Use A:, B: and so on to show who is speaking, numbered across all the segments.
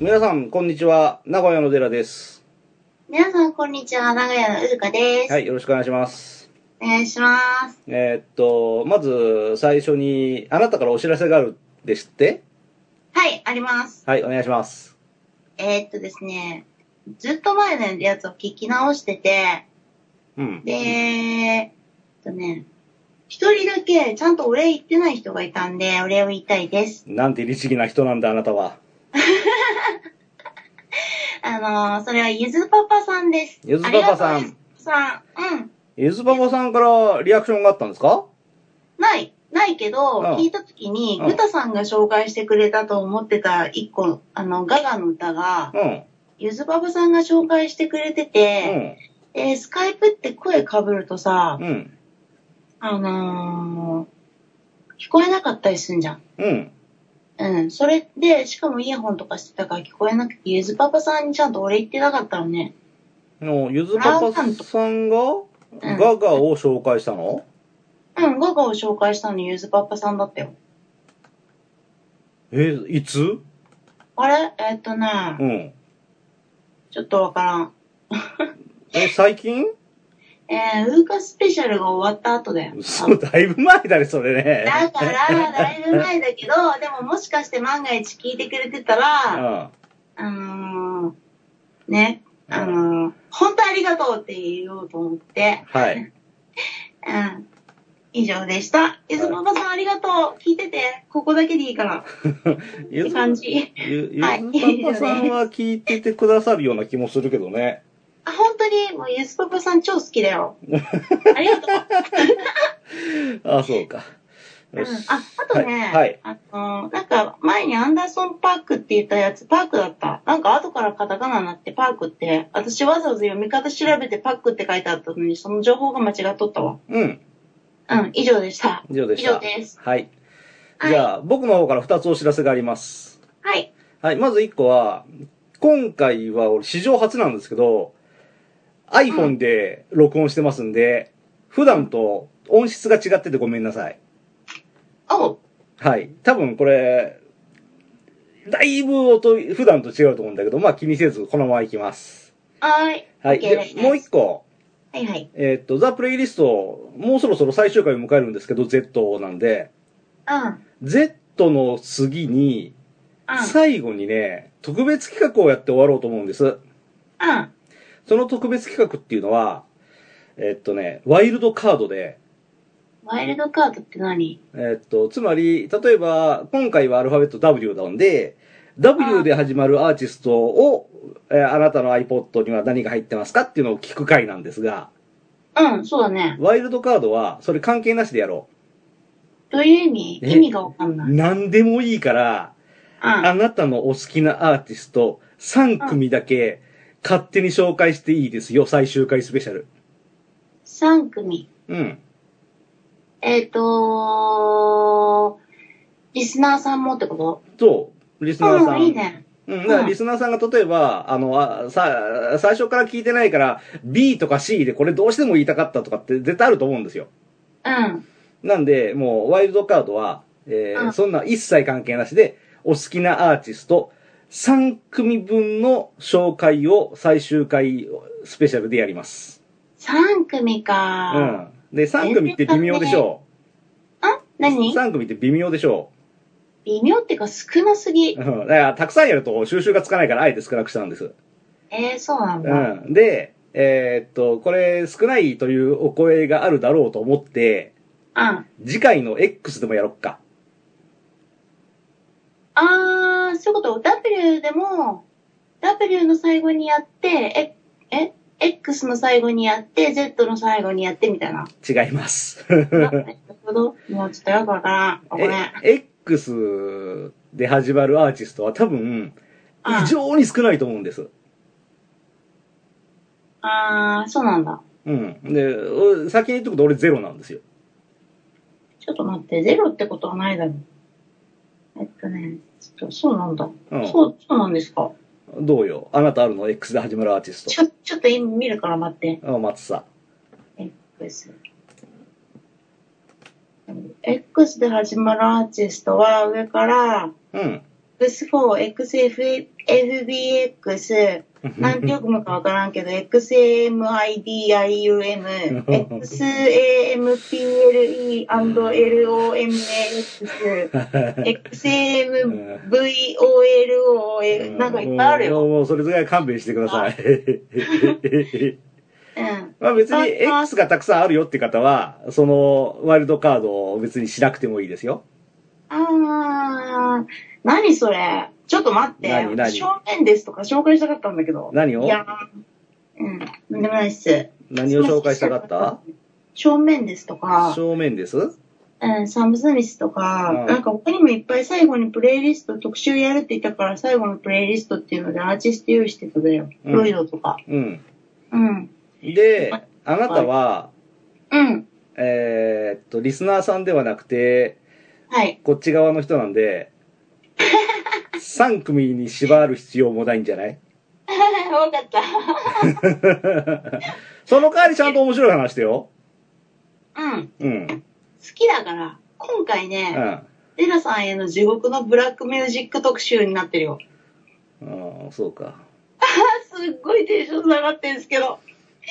A: 皆さん、こんにちは。名古屋の寺です。
B: 皆さん、こんにちは。名古屋のうずかです。
A: はい、よろしくお願いします。
B: お願いします。
A: えーっと、まず、最初に、あなたからお知らせがあるんですって
B: はい、あります。
A: はい、お願いします。
B: えーっとですね、ずっと前のやつを聞き直してて、
A: うん。
B: で、えっとね、一人だけちゃんとお礼言ってない人がいたんで、お礼を言いたいです。
A: なんて律儀な人なんだ、あなたは。
B: あのー、それはゆずパパさんです。
A: ゆずパパさん
B: ありがとうゆずパパさん。うん。
A: ゆずパパさんからリアクションがあったんですか
B: ない。ないけど、
A: うん
B: 聞いたときに、
A: うん
B: グタさんが紹介してくれたと思ってた一個、あの、ガガの歌が、
A: うん。
B: ゆずパパさんが紹介してくれてて、
A: うん。
B: えースカイプって声かぶるとさ、
A: うん。
B: あのー聞こえなかったりすんじゃん。
A: うん。
B: うん。それで、しかもイヤホンとかしてたから聞こえなくて、ゆずパパさんにちゃんと俺言ってなかったのね。
A: のゆずパパさんが、
B: うん。
A: ガガを紹介したの
B: うん、ガガを紹介したのゆずパパさんだったよ。
A: え、いつ
B: あれえーっとね、
A: うん。
B: ちょっとわからん。
A: え、最近
B: えー、ウーカスペシャルが終わった後だよ。
A: そう、だいぶ前だね、それね。
B: だから、だいぶ前だけど、でももしかして万が一聞いてくれてたら、あのー、ね、あのー、本当ありがとうって言おうと思って
A: うん。、はい。
B: うん。以上でした。ゆずパパさんありがとう聞いてて、ここだけでいいから、っ
A: ゆ
B: て
A: ず
B: 感じ。
A: ゆゆ
B: はい
A: ずパパさんは聞いててくださるような気もするけどね。
B: あ、本当に、もうゆずパパさん超好き だよ。ありがとう。
A: あ、そうか。
B: うん、
A: よ
B: あ
A: し、
B: あとね、
A: はいはい
B: あのー、なんか前にアンダーソンパークって言ったやつ、パークだった。なんか後からカタカナになってパークって、私わざわざ読み方調べてパックって書いてあったのに、その情報が間違っとったわ。
A: うん。
B: うん、以上でした。
A: 以上で
B: 以
A: し
B: 上
A: た。
B: です。
A: はい。じゃあ、僕の方から2つお知らせがあります。
B: はい。
A: はい、まず1個は、今回は俺史上初なんですけど、iPhone で録音してますんで、普段と音質が違っててごめんなさい。
B: お
A: はい。多分これ、だいぶ音、普段と違うと思うんだけど、まあ気にせずこのままいきます。
B: はい。
A: はい。
B: OK で
A: ですもう一個、
B: はいはい。
A: えーっと、ザ・プレイリスト、もうそろそろ最終回を迎えるんですけど、Z なんで、
B: うん。
A: Z の次に、
B: う
A: 最後にね、特別企画をやって終わろうと思うんです。
B: ん。うん。
A: その特別企画っていうのは、えーっとね、ワイルドカードで、
B: ワイルドカードって何
A: えーっと、つまり、例えば、今回はアルファベット W なんで、W で始まるアーティストを、えーあなたの iPod には何が入ってますかっていうのを聞く回なんですが、
B: うん、そうだね。
A: ワイルドカードは、それ関係なしでやろ
B: どういう意味
A: え
B: 意味がわかん
A: う。
B: ない。うん。
A: 何でもいいから、 あなたのお好きなアーティスト3組だけ勝手に紹介していいですよ、最終回スペシャル。
B: 3組。
A: うん。
B: えっ、とー、リスナーさんもってこと
A: そう、リスナーさん。
B: うん、いいね。
A: うん。だか
B: う
A: ら
B: ん
A: リスナーさんが例えば、あの、あさ、最初から聞いてないから、B とか C でこれどうしても言いたかったとかって絶対あると思うんですよ。
B: うん。
A: なんで、もう、ワイルドカードは、えー
B: うん
A: そんな一切関係なしで、お好きなアーティスト、3組分の紹介を最終回スペシャルでやります。
B: 3組
A: う
B: か。
A: ん。で、3組って微妙でしょ
B: あ何
A: ?3 組って微妙でしょ
B: 微妙っていうか少なすぎ
A: う。うん。だから、たくさんやると収集がつかないから、あえて少なくしたんです。
B: えー、そうなんだ。
A: うん。で、えーっと、これ少ないというお声があるだろうと思って、
B: うん。
A: 次回の X でもやろっか。
B: あー、そういうこと、W でも、W の最後にやって、え、え ?X の最後にやって、Z の最後にやってみた いな。
A: 違います。
B: あなるほど。もうちょっとよくわからん。ごめん。
A: え X で始まるアーティストは多分、
B: うん
A: 異常に少ないと思うんです。
B: あー、そうなんだ。
A: うん。で、お先に言っとくと俺ゼロなんですよ。
B: ちょっと待って、ゼロってことはないだろう。えっとね、ちょっと、そうなんだ。
A: うん。
B: そう、そうなんですか。
A: どうよ。あなたあるの X で始まるアーティス
B: ちょ、ちょっと今見るから待って。
A: ト。あ、松さ。
B: X。X で始まるアーティストは上から、
A: うん。
B: X4、XFAP、 FBX、なんて読むかわからんけど、XAMIDIUM、XAMPLE&LOMAX、XAMVOLO、なんかいっぱいあるよ。
A: もうそれぐらい勘弁してください。
B: うん。
A: まあ別に
B: ああ
A: X がたくさんあるよって方は、そのワイルドカードを別にしなくてもいいですよ。
B: あー、何それ。ちょっと待って。
A: 何何
B: 正面ですとか紹介したかったんだけど。
A: 何を
B: いやうん。なんでもないっす。
A: 何を紹介したかった
B: 正面ですとか、
A: 正面です
B: うん、サム・スミスとか、
A: うん
B: なんか他にもいっぱい最後にプレイリスト、特集やるって言ったから最後のプレイリストっていうのでアーティスト用意してただよ。
A: うん
B: フロイドとか。
A: うん。
B: うん。
A: で、あなたは、
B: うん。
A: えーっと、リスナーさんではなくて、
B: はい。
A: こっち側の人なんで、3組に縛る必要もないんじゃない
B: わかった。
A: その代わりちゃんと面白い話してよ。
B: うん。好
A: うん。うん。
B: きだから、今回ね、
A: あ
B: レナさんへの地獄のブラックミュージック特集になってるよ。
A: あ、そうか。
B: すっごいテンション下がってるんですけど。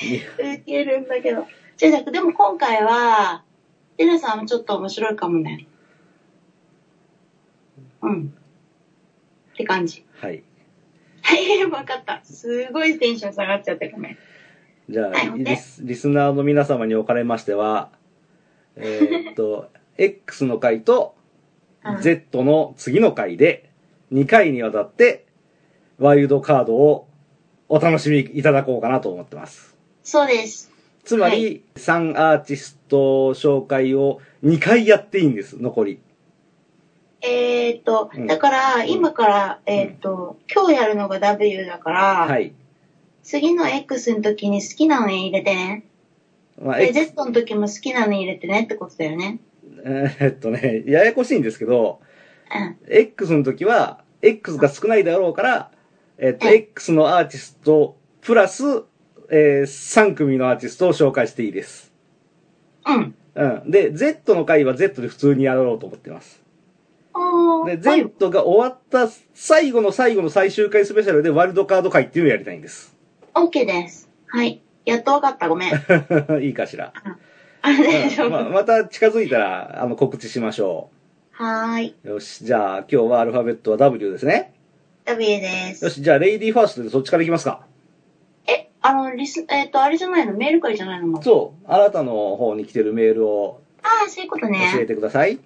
A: いや
B: 受けるんだけど。じゃあじゃあ、でも今回は、テラさんもちょっと面白いかもね。うん。って感じ。
A: はい。
B: はい、わかった。すごいテンション下がっちゃってごめん。
A: じゃあ、
B: はいほんで
A: リスリスナーの皆様におかれましては、えーっ と、X の回と
B: うん
A: Z の次の回で、2回にわたって、ワイルドカードをお楽しみいただこうかなと思ってます。
B: そうです。
A: つま
B: は
A: り、3アーティスト紹介を2回やっていいんです、残り。
B: えー、っと
A: うん、
B: だから、
A: ん
B: 今から、えーっと、今日やるのが W だから、
A: はい。
B: 次の X の時に好きなの入れてね。
A: まあ、
B: で、
A: X-
B: Z の時も好きなの入れてねってことだよね。
A: えーっとね、ややこしいんですけど、
B: うん。
A: X の時は、X が少ないだろうから、えっと、
B: うん
A: X のアーティスト、プラス、えー、3組のアーティストを紹介していいです。
B: うん。
A: うん。で、Z の回は Z で普通にやろうと思ってます。
B: あ
A: で、
B: ーはい
A: Z が終わった最後の最後の最終回スペシャルでワイルドカード回っていうのをやりたいんです。
B: OK です。はい。やっとわかった。ごめん。あ、
A: いいかしら。
B: 大丈
A: う
B: 夫。
A: んまあまた近づいたら、あの、告知しましょ
B: はーい。
A: う。よし。じゃあ、今日はアルファベットは W ですね。
B: W で
A: よ
B: す。
A: し。じゃあ、レイディーファーストでそっちからいきますか。
B: え、あの、リス、えっ、と、あれじゃないのメール会じゃないのもう
A: そう。あなたの方に来てるメールを
B: ああ、そういうこと
A: 教え
B: ね。
A: てください。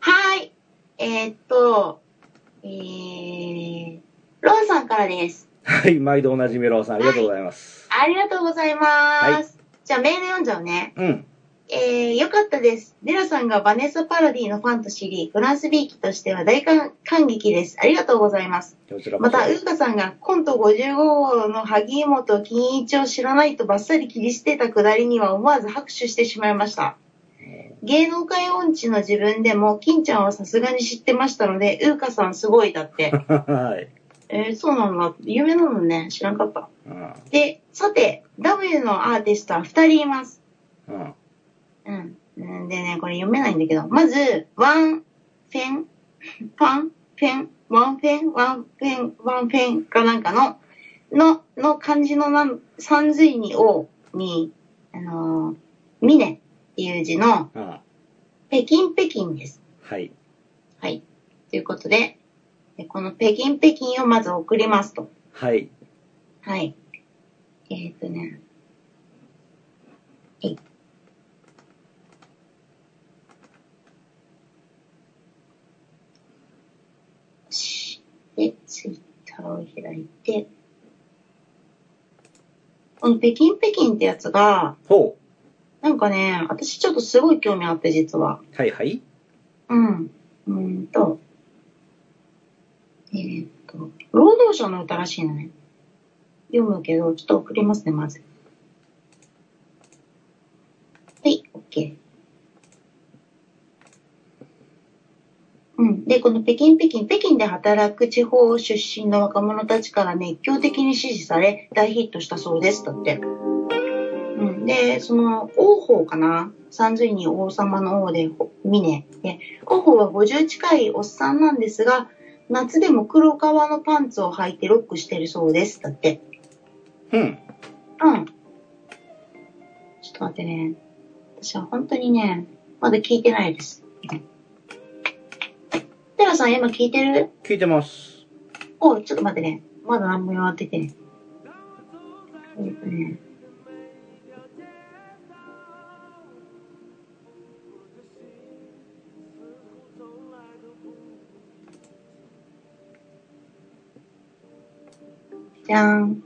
B: はーい。えーっと、えー、ロンさんからです。
A: はい、毎度おなじみローさん、ありがとうございます。
B: ありがとうございます。じゃあメール読んじゃうね。
A: うん。
B: えー、よかったです。ネラさんがバネッサ・パロディのファンと知り、フランスビーキとしては大感感激です。ありがとうございます。
A: こちらこ
B: ま
A: そ
B: た、ウーカさんがコント55号の萩本金一を知らないとバッサリ切り捨てたくだりには思わず拍手してしまいました。芸能界音痴の自分でも、金ちゃんはさすがに知ってましたので、ウーカさんすごいだって。
A: はい。
B: えーそうなんだ。有名なのね。知らんかった。
A: うん。
B: で、さて、W のアーティストは2人います。
A: うん。
B: うん。うんでね、これ読めないんだけど、まず、ワン、フェン、パン、フェン、ワンフェン、ワンフェン、ワンフェンかなんかの、の、の漢字のなん、三髄に王に、あのー、ミネっていう字の、
A: うん。
B: 北京北京です。
A: はい。
B: はい。ということで、でこの北京北京をまず送りますと。
A: はい。
B: はい。えーっ、とね。はい。しで、ツイッターを開いて、この北京北京ってやつが、
A: ほ
B: なんかね、私ちょっとすごい興味あって実は。
A: う。はいはい。
B: うん。うーんと、えーっと、労働者の歌らしいのね。読むけど、ちょっと送りますね、まず。はい、OK。うん。で、この北京北京、北京で働く地方出身の若者たちから熱狂的に支持され、大ヒットしたそうです。だって。うん。で、その、王鵬かな三髄に王様の王で、峰。で、王鵬は50近いおっさんなんですが、夏でも黒革のパンツを履いてロックしてるそうです。だって。
A: うん。
B: うん。ちょっと待ってね。私は本当にね、まだ聞いてないです。テラさん今聞いてる
A: 聞いてます。
B: おうちょっと待ってね。まだ何も言われててね。えっとね。じゃーん。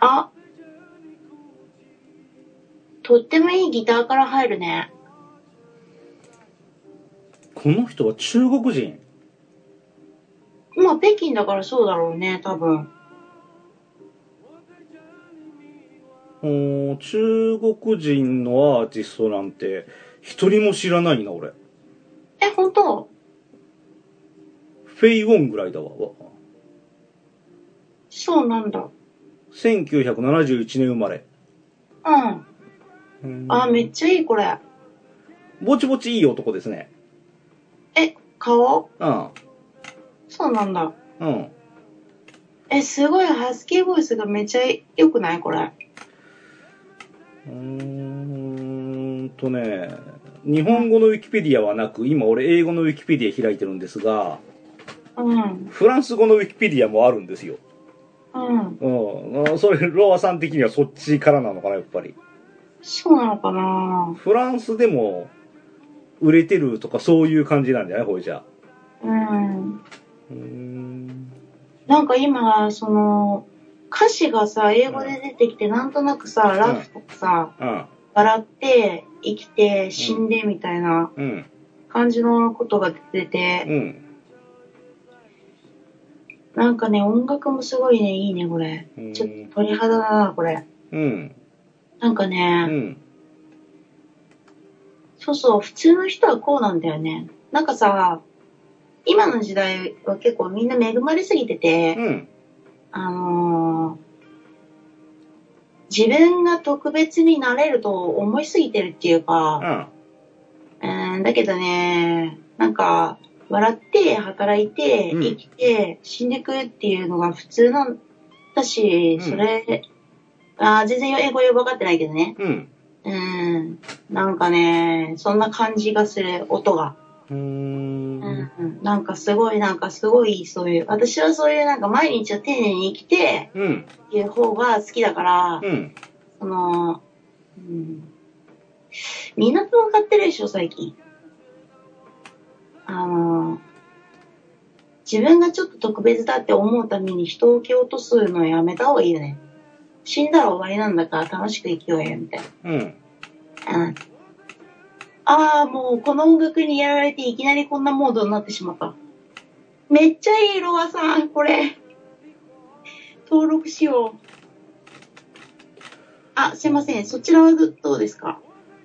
B: あとってもいいギターから入るね。
A: この人は中国人。
B: まあ、北京だからそうだろうね、多分。
A: おー中国人のアーティストなんて、一人も知らないな、俺。
B: え、本当
A: フェイ・ウォンぐらいだわ。わ
B: そうなんだ。
A: 1971年生まれ。
B: うん。
A: うん
B: あ、めっちゃいい、これ。
A: ぼちぼちいい男ですね。
B: え、顔
A: うん。
B: そうなんだ。
A: うん。
B: え、すごい、ハスキーボイスがめっちゃ良くないこれ。
A: うーんとね、日本語のウィキペディアはなく、今俺英語のウィキペディア開いてるんですが、
B: うん。
A: フランス語のウィキペディアもあるんですよ。
B: うん。
A: うん。それ、ロアさん的にはそっちからなのかな、やっぱり。
B: そうなのかな
A: フランスでも、売れてるとかそういう感じなんじゃないほいじゃあ。
B: うん。
A: うーん。
B: なんか今、その、歌詞がさ、英語で出てきて、なんとなくさ、ラフとかさ、
A: うん。
B: 笑って、生きて、死んで、みたいな
A: うん。
B: 感じのことが出てて、
A: うん。
B: なんかね、音楽もすごいね、いいね、これ。
A: う
B: ちょっ
A: ん。
B: と鳥肌だな、これ。
A: うん。
B: なんか
A: う
B: ね、
A: ん。
B: そうそう、普通の人はこうなんだよね。なんかさ、今の時代は結構みんな恵まれすぎてて、
A: うん。
B: あのー自分が特別になれると思いすぎてるっていうか、うん、だけどね、なんか、笑って、働いて、
A: うん
B: 生きて、死んでくっていうのが普通なんだし、
A: うん
B: それ、あー全然英語よく分かってないけどね。
A: うん。
B: うん。なんかね、そんな感じがする、音が。
A: うー。
B: うん
A: うん。
B: ん。なんかすごい、なんかすごい、そういう、私はそういうなんか毎日を丁寧に生きて、
A: うん。
B: っていう方が好きだから、
A: うん。
B: その、うん。みんなと分かってるでしょ、最近。あの、自分がちょっと特別だって思うために人を蹴落とすのやめた方がいいよね。死んだら終わりなんだから楽しく生きようよ、みたいな。
A: うん。
B: うんああ、もうこの音楽にやられていきなりこんなモードになってしまった。めっちゃいい、ロアさん、これ。登録しよう。あ、すいません。そちらはどどうですか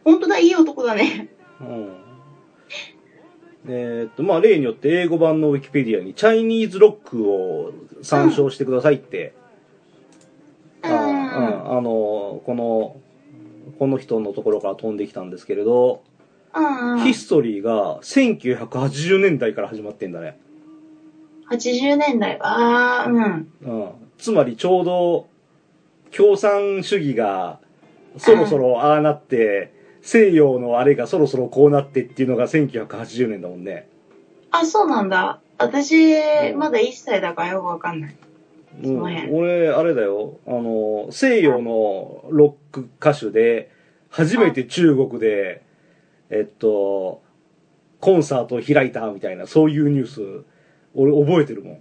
B: 本当だ、いい男だね。
A: うんえーっと、まあ、例によって英語版のウィキペディアにチャイニーズロックを参照してくださいって、
B: う
A: あ
B: ん。
A: うんあの、この、この人のところから飛んできたんですけれど、
B: うん。
A: ヒストリーが1980年代から始まってんだね。
B: 80年代。ああ、うん。
A: うん。つまりちょうど、共産主義が、そろそろああなって、西洋のあれがそろそろこうなってっていうのが1980年だもんね。
B: あ、そうなんだ。私、まだ1歳だからよくわかんない。
A: う
B: そ
A: ん
B: の辺、
A: 俺、あれだよ。あの、西洋のロック歌手で、初めて中国で、えっと、コンサートを開いたみたいな、そういうニュース、俺覚えてるもん。い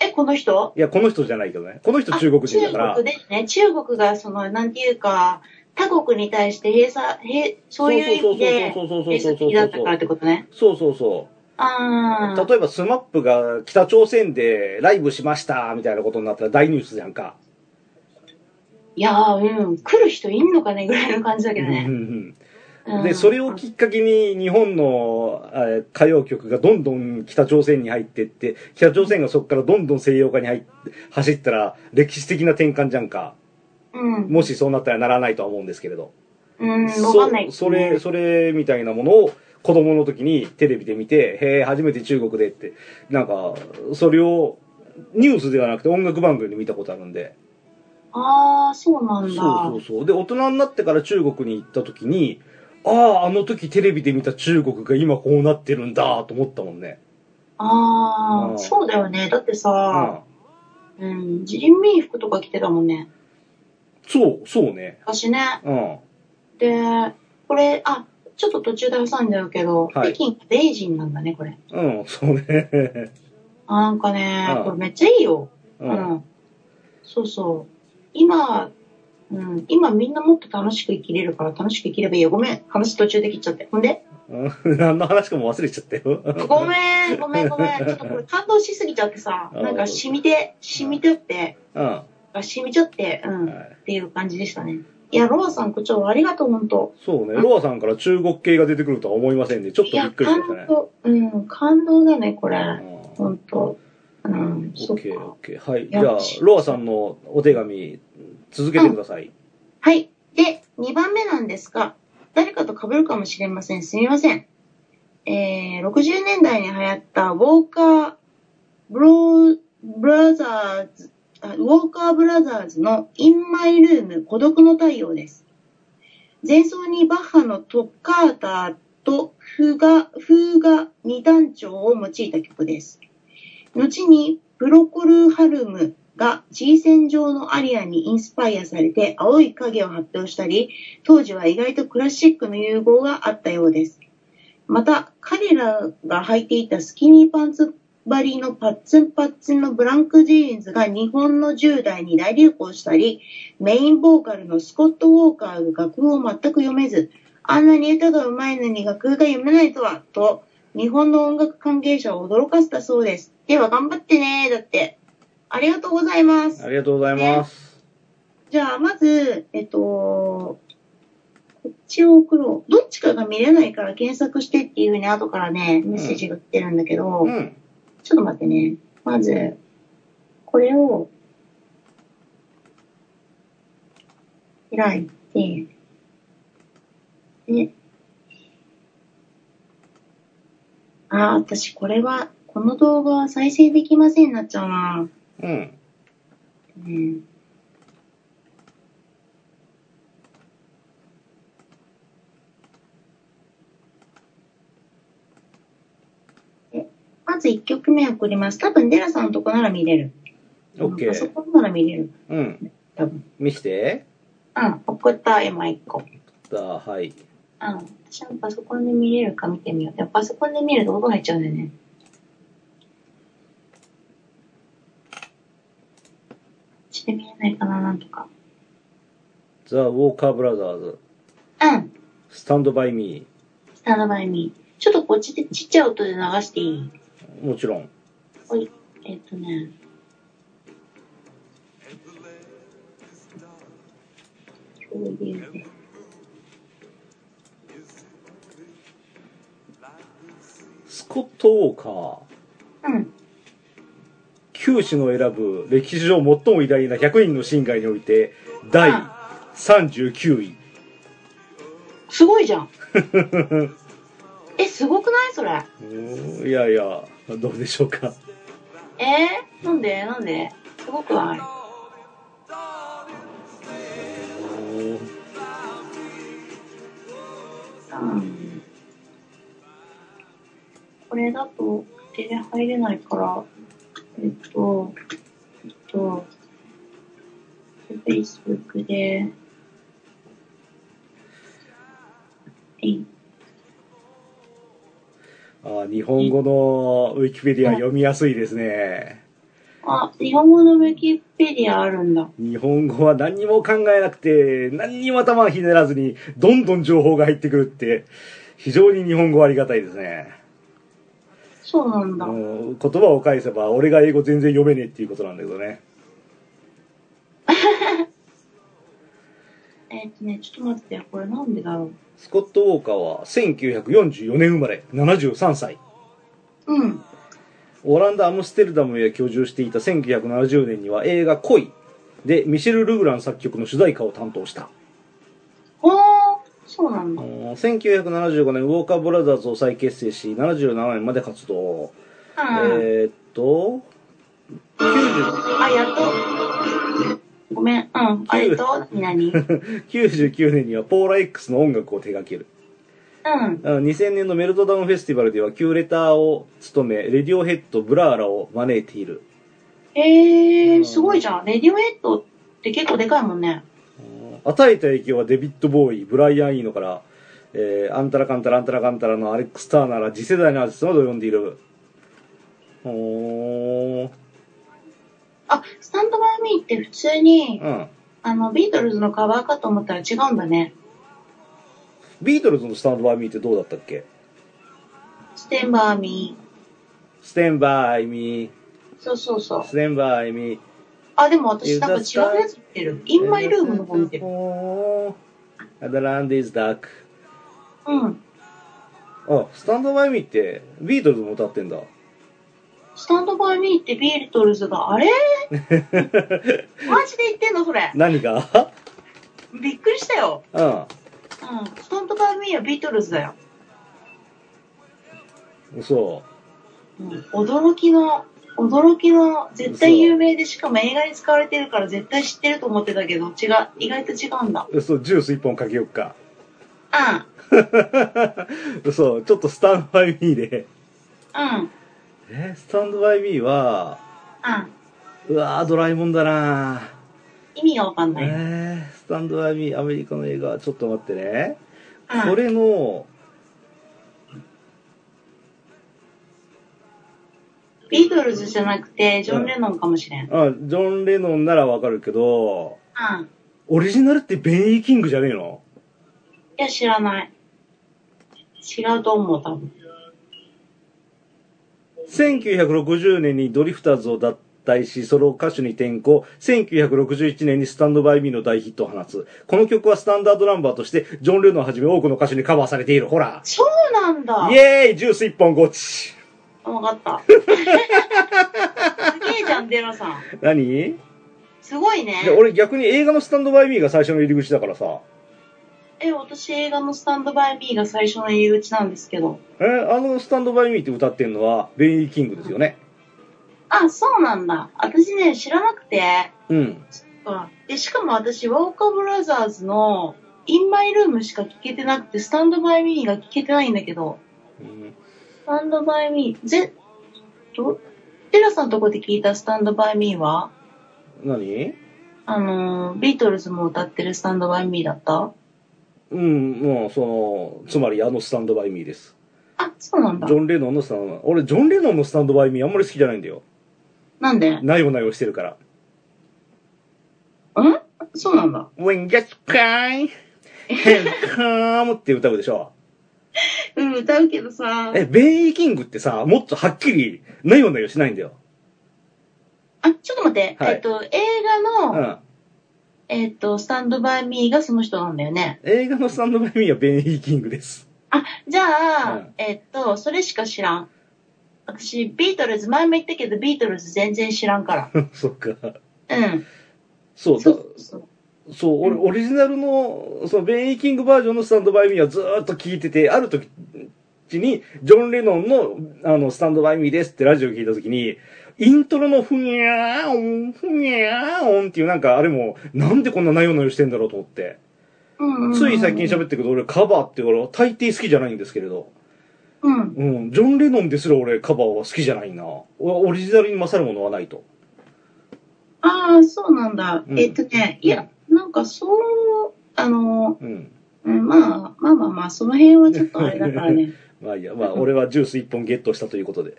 B: え、この人
A: や、この人じゃないけどね。この人中国人だから。
B: あ中国ですね。中国が、その、なんていうか、他国に対して閉鎖、閉、そういう意味で、
A: そうそうそうそ
B: 閉
A: う
B: 鎖
A: そう
B: 的
A: そ
B: だ
A: う
B: ったからっ
A: そ
B: てことね。
A: う。そうそうそ
B: ああ
A: う。。例えば、スマップが北朝鮮でライブしました、みたいなことになったら大ニュースじゃんか。
B: いやー、うん。来る人いんのかねぐらいの感じだけど
A: うんう
B: ね。
A: ん
B: うん
A: で、それをきっかけに日本のえー歌謡曲がどんどん北朝鮮に入ってって、北朝鮮がそこからどんどん西洋化に入って、走ったら歴史的な転換じゃんか。
B: うん。
A: もしそうなったらならないとは思うんですけれど。
B: うん、わかんない
A: そそれ、それみたいなものを子供の時にテレビで見て、へえ、初めて中国でって、なんか、それをニュースではなくて音楽番組で見たことあるんで。
B: ああ、そうな
A: そうん
B: だ。
A: そうそう。で、大人になってから中国に行った時に、ああ、あの時テレビで見た中国が今こうなってるんだと思ったもんね。
B: あ
A: うん
B: あ、そうだよね。だって
A: う
B: さ、
A: ん。
B: うん、人民服とか着てたもんね。
A: そう、そうね。
B: 私ね。
A: うん。
B: で、これ、あ、ちょっと途中で挟んじゃうけど、
A: はい
B: 北京がベイジンなんだね、これ。
A: うん、そうね。
B: あなんかね、
A: うん
B: これめっちゃいいよ。
A: う。
B: うんん。そうそう。今、うん、今みんなもっと楽しく生きれるから楽しく生きればいいよ。ごめん。話途中で切っちゃって。ほんで
A: うん 何の話かも忘れちゃったよ。
B: ごめん、ごめん、ごめん。 ちょっとこれ感動しすぎちゃってさ、
A: あ
B: なんか染みて、染みてって、
A: うん。は
B: あ染みちゃって、うん、っ
A: い
B: ていう感じでしたね。いや、ロアさん、区長、ありがとう、本当
A: そうね。ロアさんから中国系が出てくるとは思いませんで、ちょっ
B: い
A: とびっ
B: や、
A: くりしました
B: 感
A: ね。
B: 動、うん、感動だね、これ。
A: オ
B: 本当うん、そ
A: ッ
B: っ
A: ケー、オ
B: か
A: ッ。ケー。はい。
B: い
A: じ
B: や
A: ゃあ、ロアさんのお手紙、続けてください。
B: はい。で、2番目なんですが、誰かと被るかもしれません。すみません。えー、60年代に流行ったウォーカー、ブロー、ブラザーズ、あウォーカーブラザーズの In My Room 孤独の太陽です。前奏にバッハのトッカーターとフガ、フーガ二段調を用いた曲です。後にプロコルハルムが G 線上のアリアにインスパイアされて青い影を発表したり、当時は意外とクラシックの融合があったようです。また、彼らが履いていたスキニーパンツ張りのパッツンパッツンのブランクジーンズが日本の10代に大流行したり、メインボーカルのスコット・ウォーカーが楽譜を全く読めず、あんなに歌が上手いのに楽譜が読めないとは、と、日本の音楽関係者を驚かせたそうです。では頑張ってねだって。ありがとうございます
A: あ。りがとうございます。
B: じゃあ、まず、えっと、こっちを送ろう。どっちかが見れないから検索してっていうふうに後からね、メッセージが来てるんだけど、
A: うん。
B: ちょっと待ってね。まず、これを、開いて、で、ああ、私これは、この動画は再生できませんになっちゃうな。
A: うん。
B: うんえまず1曲目送ります。多分、デラさんのとこなら見れる。
A: オッケ
B: パソ
A: ー。
B: コンなら見れる。
A: うん。
B: 多分。
A: 見して。
B: うん、送った、今1個。うん、
A: だはい。
B: 私もパソコンで見れるか見てみよう。でもパソコンで見ると音入っちゃうんだよね。ちょっと見えないかな、なんとか。
A: ザ・ウォーカー・ブラザーズ、
B: うん。
A: スタンド・バイ・ミ
B: スタンドバイミー。ちょっとこっちでちっちゃい音で流していい
A: ー。もちろん。
B: えっとね。共有で
A: スコット・ウォーカー、
B: うん。
A: 九死の選ぶ歴史上最も偉大な100人のシンガーにおいて、第39位。
B: すごいじゃん。え、すごくないそれ。
A: うーんいやいや、どうでしょうか。
B: えー、なんでなんですごくないうん。これだと手で入れないから、えっと、えっと、Facebook で、えい
A: あ日本語のウィキペディア読みやすいですね。
B: あ、日本語のウィキペディアあるんだ。
A: 日本語は何にも考えなくて、何にも頭ひねらずに、どんどん情報が入ってくるって、非常に日本語ありがたいですね。
B: そうなんだ。
A: もう言葉を返せば、俺が英語全然読めねえっていうことなんだけどね。
B: えっとね、ちょっと待って、これなんでだろ
A: スコット・ウォーカーは1944年生まれ、73歳。
B: う。うん。
A: オランダ・アムステルダムへ居住していた1970年には映画「恋」でミシェル・ルグラン作曲の主題歌を担当した
B: ほー、そうなん
A: あ
B: だ。
A: の1975年ウォーカーブラザーズを再結成し77年まで活動、
B: うん。
A: えーっと90
B: あ、やっと。ごめん、うん。あ、やっと何々
A: 99年にはポーラ X の音楽を手掛ける
B: うん。
A: あの2000年のメルトダウンフェスティバルではキューレターを務めレディオヘッドブラーラを招いている
B: えー、すごいじゃん。レディオヘッドって結構でかいもんね。
A: 与えた影響はデビッド・ボーイブライアン・イーノから、えー、アンタラカンタラアンタラカンタラのアレックス・ターナーら次世代のアーティストなどを呼んでいるおー
B: あ、スタンドバイミーって普通に、
A: うん
B: あの、ビートルズのカバーかと思ったら違うんだね。
A: ビートルズのスタンドバイミーってどうだったっけ
B: ステンバーミ
A: ステンバイミー
B: ー。そうそうそう。
A: ステンバイミー
B: あ、でも私なんか違うやつ見てる。インマイルームの方見てる。
A: アダランディーズ・ダーク
B: うん。
A: あスタンドバイミーってビートルズも歌ってんだ
B: スタンドバイミーってビートルズが、あれマジで言ってんのそれ。
A: 何が
B: びっくりしたよ。
A: うん
B: うん。スタンドバイミーはビートルズだよ。
A: そ
B: うん。驚きの、驚きの、絶対有名で、しかも映画に使われてるから絶対知ってると思ってたけど、違う、意外と違うんだ。
A: う嘘ジュース一本かけよっか
B: うん。
A: 嘘ちょっとスタンドバイミーで
B: うん。うん。
A: えースタンドバイミーは、うわー、ドラえもんだな
B: 意味がわかん
A: ー、
B: ない。
A: えースタンドバイミー、アメリカの映画、ちょっと待ってね。
B: うん。
A: これの、
B: ビートルズじゃなくて、ジョン・レノンかもしれん。うん。
A: あ、ジョン・レノンならわかるけど、
B: い
A: オリジナルってベン・イ・キングじゃねえの
B: や、知らない。違うと思う、多分。
A: ?1960 年にドリフターズを脱退し、ソロ歌手に転向。1961年にスタンドバイミーの大ヒットを放つ。この曲はスタンダードナンバーとして、ジョン・レノンはじめ多くの歌手にカバーされている。ほら。
B: そうなんだ
A: イエーイジュース一本ゴチ
B: わかった。すげえじゃん、デロさん。
A: 何
B: すごいね
A: で。俺逆に映画のスタンドバイミーが最初の入り口だからさ。
B: え、私映画のスタンドバイミーが最初の入り口なんですけど。
A: えーあのスタンドバイミーって歌ってるのはベイキングですよね。
B: あ、そうなんだ。私ね、知らなくて。
A: うん。
B: うんで、しかも私、ワオカブラザーズのインマイルームしか聞けてなくて、スタンドバイミーが聞けてないんだけど。スタンドバイミー、ぜ、ど、デラさんのとこで聞いたスタンドバイミーは
A: 何
B: あのー、ビートルズも歌ってるスタンドバイミーだった
A: うん、もうその、つまりあのスタンドバイミーです。
B: あ、そうなんだ
A: ジ。ョン・レノンのスタンド俺、ジョン・レノンのスタンドバイミーあんまり好きじゃないんだよ。
B: なんでん
A: なよなよしてるから。
B: そうなんだ。
A: When just cry, has come って歌うでしょ。
B: うん、歌うけどさ。
A: え、ベイキングってさ、もっとはっきり、なよなよしないんだよ。
B: あ、ちょっと待って。
A: はい
B: えっと、映
A: う
B: 画の、
A: ん。
B: えっと、スタンドバイミーがその人なんだよね。
A: 映画のスタンドバイミーはベイキングです。
B: じゃあ、
A: うん
B: えっと、それしか知らん。私、ビートルズ、前も言ったけど、ビートルズ全然知らんから。
A: そっか。
B: うん。
A: そう、
B: そ
A: だ
B: うそう。
A: そう、俺、
B: う
A: オリジナルの、その、ベン・イーキングバージョンのスタンドバイミーはずーっと聞いてて、ある時に、ジョン・レノンの、あの、スタンドバイミーですってラジオ聞いた時に、イントロのふにゃーおん、ふにゃーおんっていうなんか、あれも、なんでこんな内容のよしてんだろうと思って。
B: うんうんうん
A: つい最近喋ったけど、俺カバーって俺は大抵好きじゃないんですけれど。
B: うん。
A: うん、ジョン・レノンですら俺カバーは好きじゃないな。おオリジナルに勝るものはないと。
B: ああ、そうなんだ。
A: うん
B: えっとね、いや、なんかそう、あの、
A: うん。
B: うんまあ、まあまあまあ、その辺はちょっとあれだから ね。
A: まあいいや、まあ俺はジュース一本ゲットしたということで。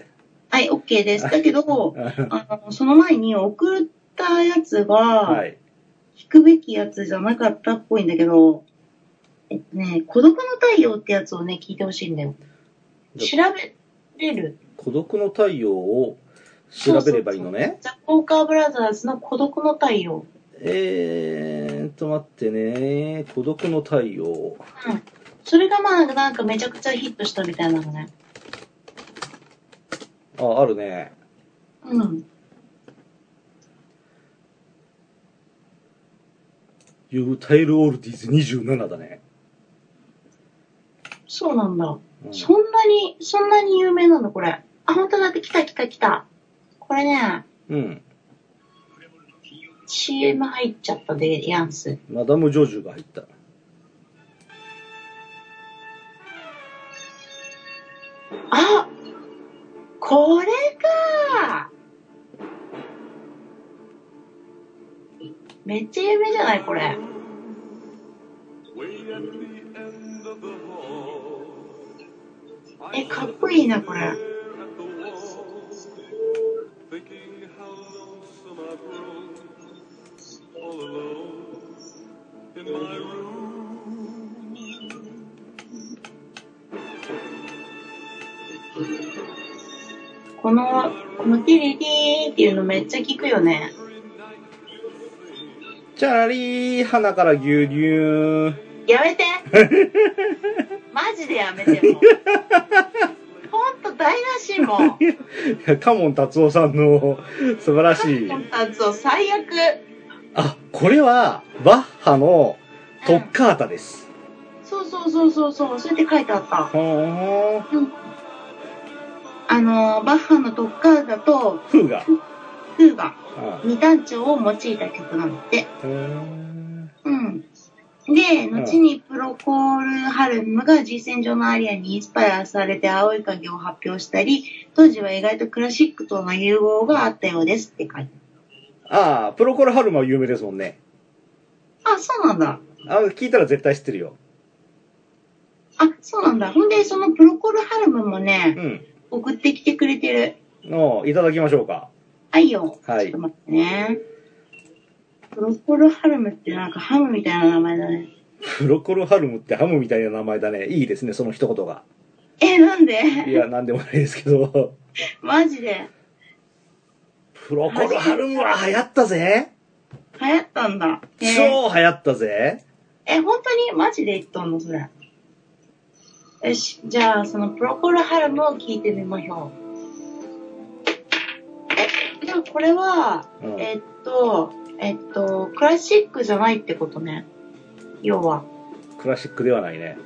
B: はい、OK です。だ けど、あの、その前に送ったやつが、
A: はい。
B: 聞くべきやつじゃなかったっぽいんだけど、えっとね、孤独の太陽ってやつをね、聞いてほしいんだよ。調べれる
A: 孤独の太陽を調べればいいのね。
B: ザ・ポーカーブラザーズの孤独の太陽。
A: えーっと、待ってね。孤独の太陽。
B: それがまあなんかめちゃくちゃヒットしたみたいなのね。
A: あ、あるね。
B: うん。
A: You Tile All These 27だね。
B: そうなんだ。
A: うん
B: そんなに、そんなに有名なんだ、これ。あ、本当だ、来た来た来た。これね、
A: うん。
B: CM 入っちゃったで、ヤンス。
A: マダム・ジョジュが入った。
B: あこれかめっちゃ有名じゃないこれ。え、かっこいいな、これ。この、このティリティーっていうのめっちゃ聞くよね。
A: チャラリー、鼻から牛乳。
B: や めてマジでやめてもう。ほんと台無しもう。
A: カモン達夫さんの素晴らしい。
B: 達夫最悪。
A: あ、これは、バッハのトッカータです。
B: そうそうそうそうそう、そうやって書いてあった。
A: ふーん。
B: あのーバッハのトッカータと
A: フーガ。
B: フーガ
A: う
B: 二単調を用いた曲なんだって。
A: ん。
B: うん。で、後にプロコール・ハルムが G 戦場のアリアにインスパイアされて青い影を発表したり、当時は意外とクラシックとの融合があったようですって書いて
A: ああ、プロコル・ハルマは有名ですもんね。
B: ある。あ、そうなんだ。
A: あ聞いたら絶対知ってるよ。
B: あ、そうなんだ。ほんで、そのプロコール・ハルムもね、
A: うん。
B: 送ってきてくれてる。
A: の、いただきましょうか。
B: はいよ。
A: はい
B: ちょっと待ってね。プロコール・ハルムってなんかハムみたいな名前だね。
A: プロコル・ハルムってハムみたいな名前だね。いいですね、その一言が。
B: え、なんで
A: いや、なんでもないですけど。
B: マジで。
A: プロコル・ハルムは流行ったぜ。
B: 流行ったんだ。えー、
A: 超流行ったぜ。
B: え、本当にマジで言っとんのそれ。よし、じゃあ、そのプロコルハルムを聞いてみましょう。え、じゃあこれは、
A: うん
B: えっと、えっと、クラシックじゃないってことね。要は。
A: クラシックではないね。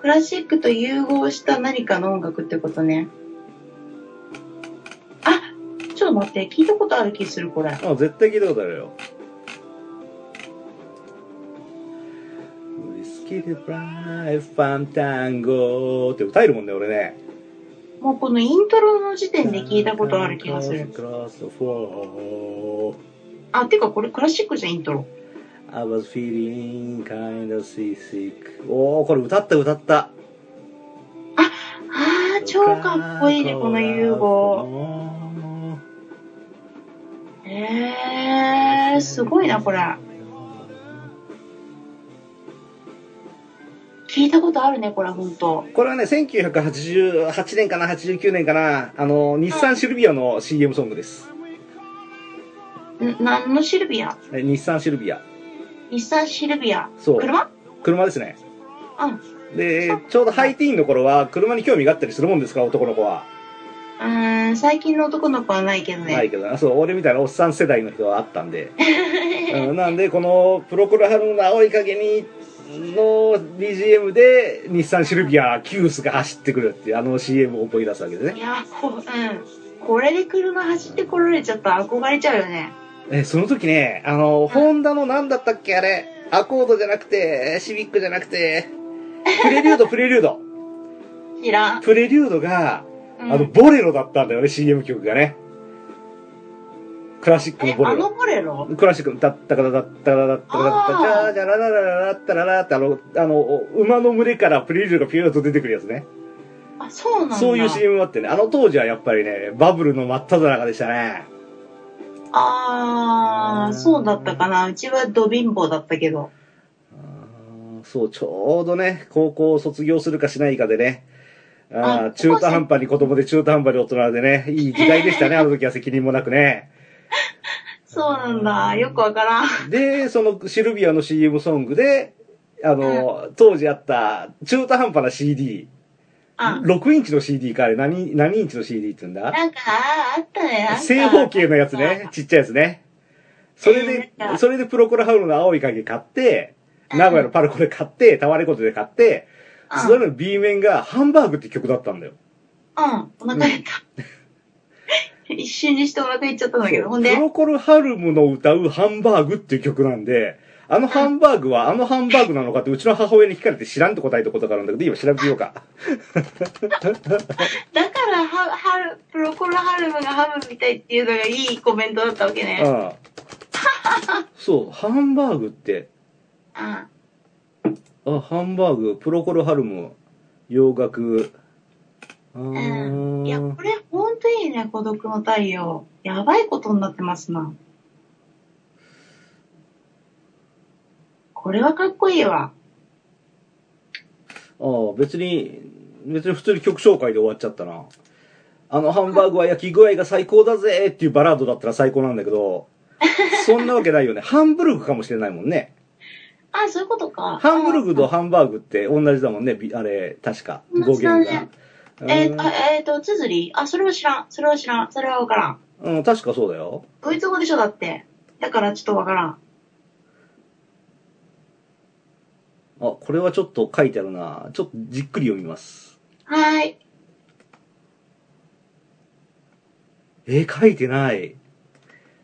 B: クラシックと融合した何かの音楽ってことね。あ、ちょっと待って、聞いたことある気する、これ。
A: あ絶対聞いたことあるよ。ウイスキーでブライファンタンゴーって歌えるもんね、俺ね。
B: もうこのイントロの時点で聞いたことある気がする。
A: クロスフォー。
B: あ、てかこれクラシックじゃん、イントロ。
A: I was feeling kind of seasick. おお、これ歌った歌った。
B: ああ、超かっこいいね、この融合。
A: 合。
B: えー、すごいな、これ。聞いたことあるね、これ、ほんと。
A: これはね、1988年かな、89年かな、あの、日産シルビアの CM ソングです。
B: ん何のシルビア
A: え日産シルビア。
B: 日産シルビア。
A: そう。
B: 車
A: 車ですね。
B: うん。
A: で、ちょうどハイティーンの頃は、車に興味があったりするもんですから、男の子は。
B: うーん、最近の男の子はないけど
A: ない
B: ね。
A: けどな、そう、俺みたいなおっさん世代の人はあったん で。うんなんで、この、プロコルハルの青い影に、の BGM で、日産シルビア、キュースが走ってくるっていう、あの CM を思い出すわけです
B: い
A: ね。
B: や、こう、うん。これで車走ってこられちゃったら憧れちゃうよね。
A: え、その時ね、あの、ホンダのなんだったっけ、あれ。アコードじゃなくて、シビックじゃなくて、プレリュード、プレリュード。
B: 知らん。
A: プレリュードが、
B: うん
A: あの、ボレロだったんだよね、CM 曲がね。クラシック
B: え
A: のボ
B: あ
A: レ
B: の
A: ロ。
B: ボレロ
A: クラシックの、だったからだったらだったらだったら、じゃーじゃらららららったららって、あの、あの、馬の群れからプレリュードがピューッと出てくるやつね。
B: あ、そうなんだ。
A: そういう CM もあってね、あの当時はやっぱりね、バブルの真っ只中でしたね。
B: あー、そうだったかな。うちはド貧乏だったけど。
A: そう、ちょうどね、高校を卒業するかしないかでね、あー
B: あ
A: 中途半端 に子供で中途半端に大人でね、いい時代でしたね、あの時は責任もなくね。
B: そうなんだ。よくわからん。
A: で、そのシルビアの CM ソングで、あの、当時あった中途半端な CD、
B: あ、
A: 6インチの CD か、あれ何、何インチの CD って言うんだ
B: なんか、ああったね。なんか
A: 正方形のやつね。。ちっちゃいやつね。それで
B: えーなん、か
A: それでプロコラハウルの青い影買って、
B: うん
A: 名古屋のパルコで買って、タワレコで買って、
B: うん
A: それの B 面がハンバーグって曲だったんだよ。
B: うん、お腹減った。 一瞬にしてお腹減っちゃったんだけど、ほんで
A: プ、ロコル・ハルムの歌うハンバーグっていう曲なんで、あのハンバーグはあのハンバーグなのかってうちの母親に聞かれて知らんって答えたことがあるんだけど、今調べてみようか。
B: だから、は、はる、プロコルハルムがハムみたいっていうのがいいコメントだったわけね。うん。
A: うん。そう、ハンバーグって、
B: あ
A: あ、ハンバーグ、プロコル・ハルム、洋楽、あー
B: いや、これほんといいね、孤独の太陽。やばいことになってますな。これはかっこいいわ。
A: ああ、別に、別に普通に曲紹介で終わっちゃったな。あのハンバーグは焼き具合が最高だぜっていうバラードだったら最高なんだけど、そんなわけないよね。ハンブルグかもしれないもんね。
B: あ、そういうことか。
A: ハンブルグとハンバーグって同じだもんね、びあれ、確か。語
B: 同じだ
A: 源
B: ね
A: が。
B: あ。えっ、
A: うん
B: と、えっ、と、つづりあ、それは知らん。それは知らん。それはわから
A: う
B: ん。
A: ん、確かそうだよ。
B: ドイツ語でしょ、だって。だからちょっとわからん。
A: あ、これはちょっと書いてあるな。ちょっとじっくり読みます。
B: はーい。
A: えー書いてない。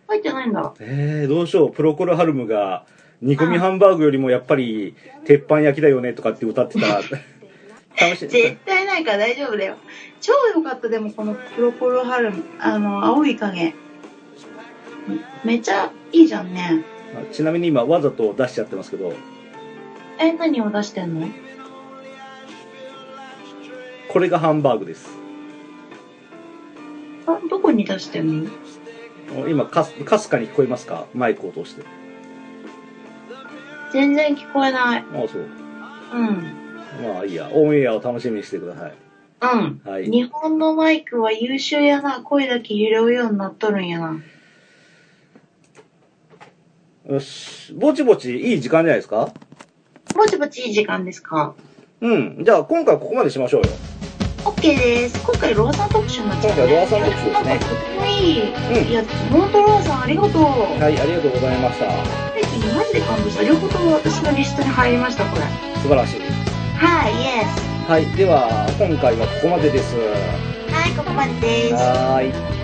B: 入ってないんだ。
A: えー、どうしよう。プロコルハルムが、煮込みハンバーグよりもやっぱり、鉄板焼きだよねとかって歌ってたら、 楽しい。
B: 絶対ないから大丈夫だよ。超良かった、でもこのプロコルハルム、あの、青い影。めっちゃいいじゃんね。
A: あちなみに今わざと出しちゃってますけど
B: え、何を出してんの
A: これがハンバーグです
B: あ、どこに出してんの
A: 今かすかすかに聞こえますかマイクを通して
B: 全然聞こえない。
A: ああそう
B: うん。
A: まあいいやオンエアを楽しみにしてください
B: うん。
A: はい
B: 日本のマイクは優秀やな。声だけ揺れるようになっとるんやな。
A: よしぼちぼちいい時間じゃないですか
B: ぼちぼちいい時間ですか
A: うんじゃあ今回はここまでしましょうよ
B: ?OK です。今回ロアさん特集になっちゃった、
A: 今回ロアさん特集ですね
B: なんかとってもいい。
A: うん
B: いや、本当ロアさんありがとう。
A: はいありがとうございました
B: 最近マジで感動した。両方とも私のリストに入りました、これ。
A: 素晴らしい
B: はい、イエス。
A: はいでは今回はここまでです
B: はい、ここまでです。
A: はーい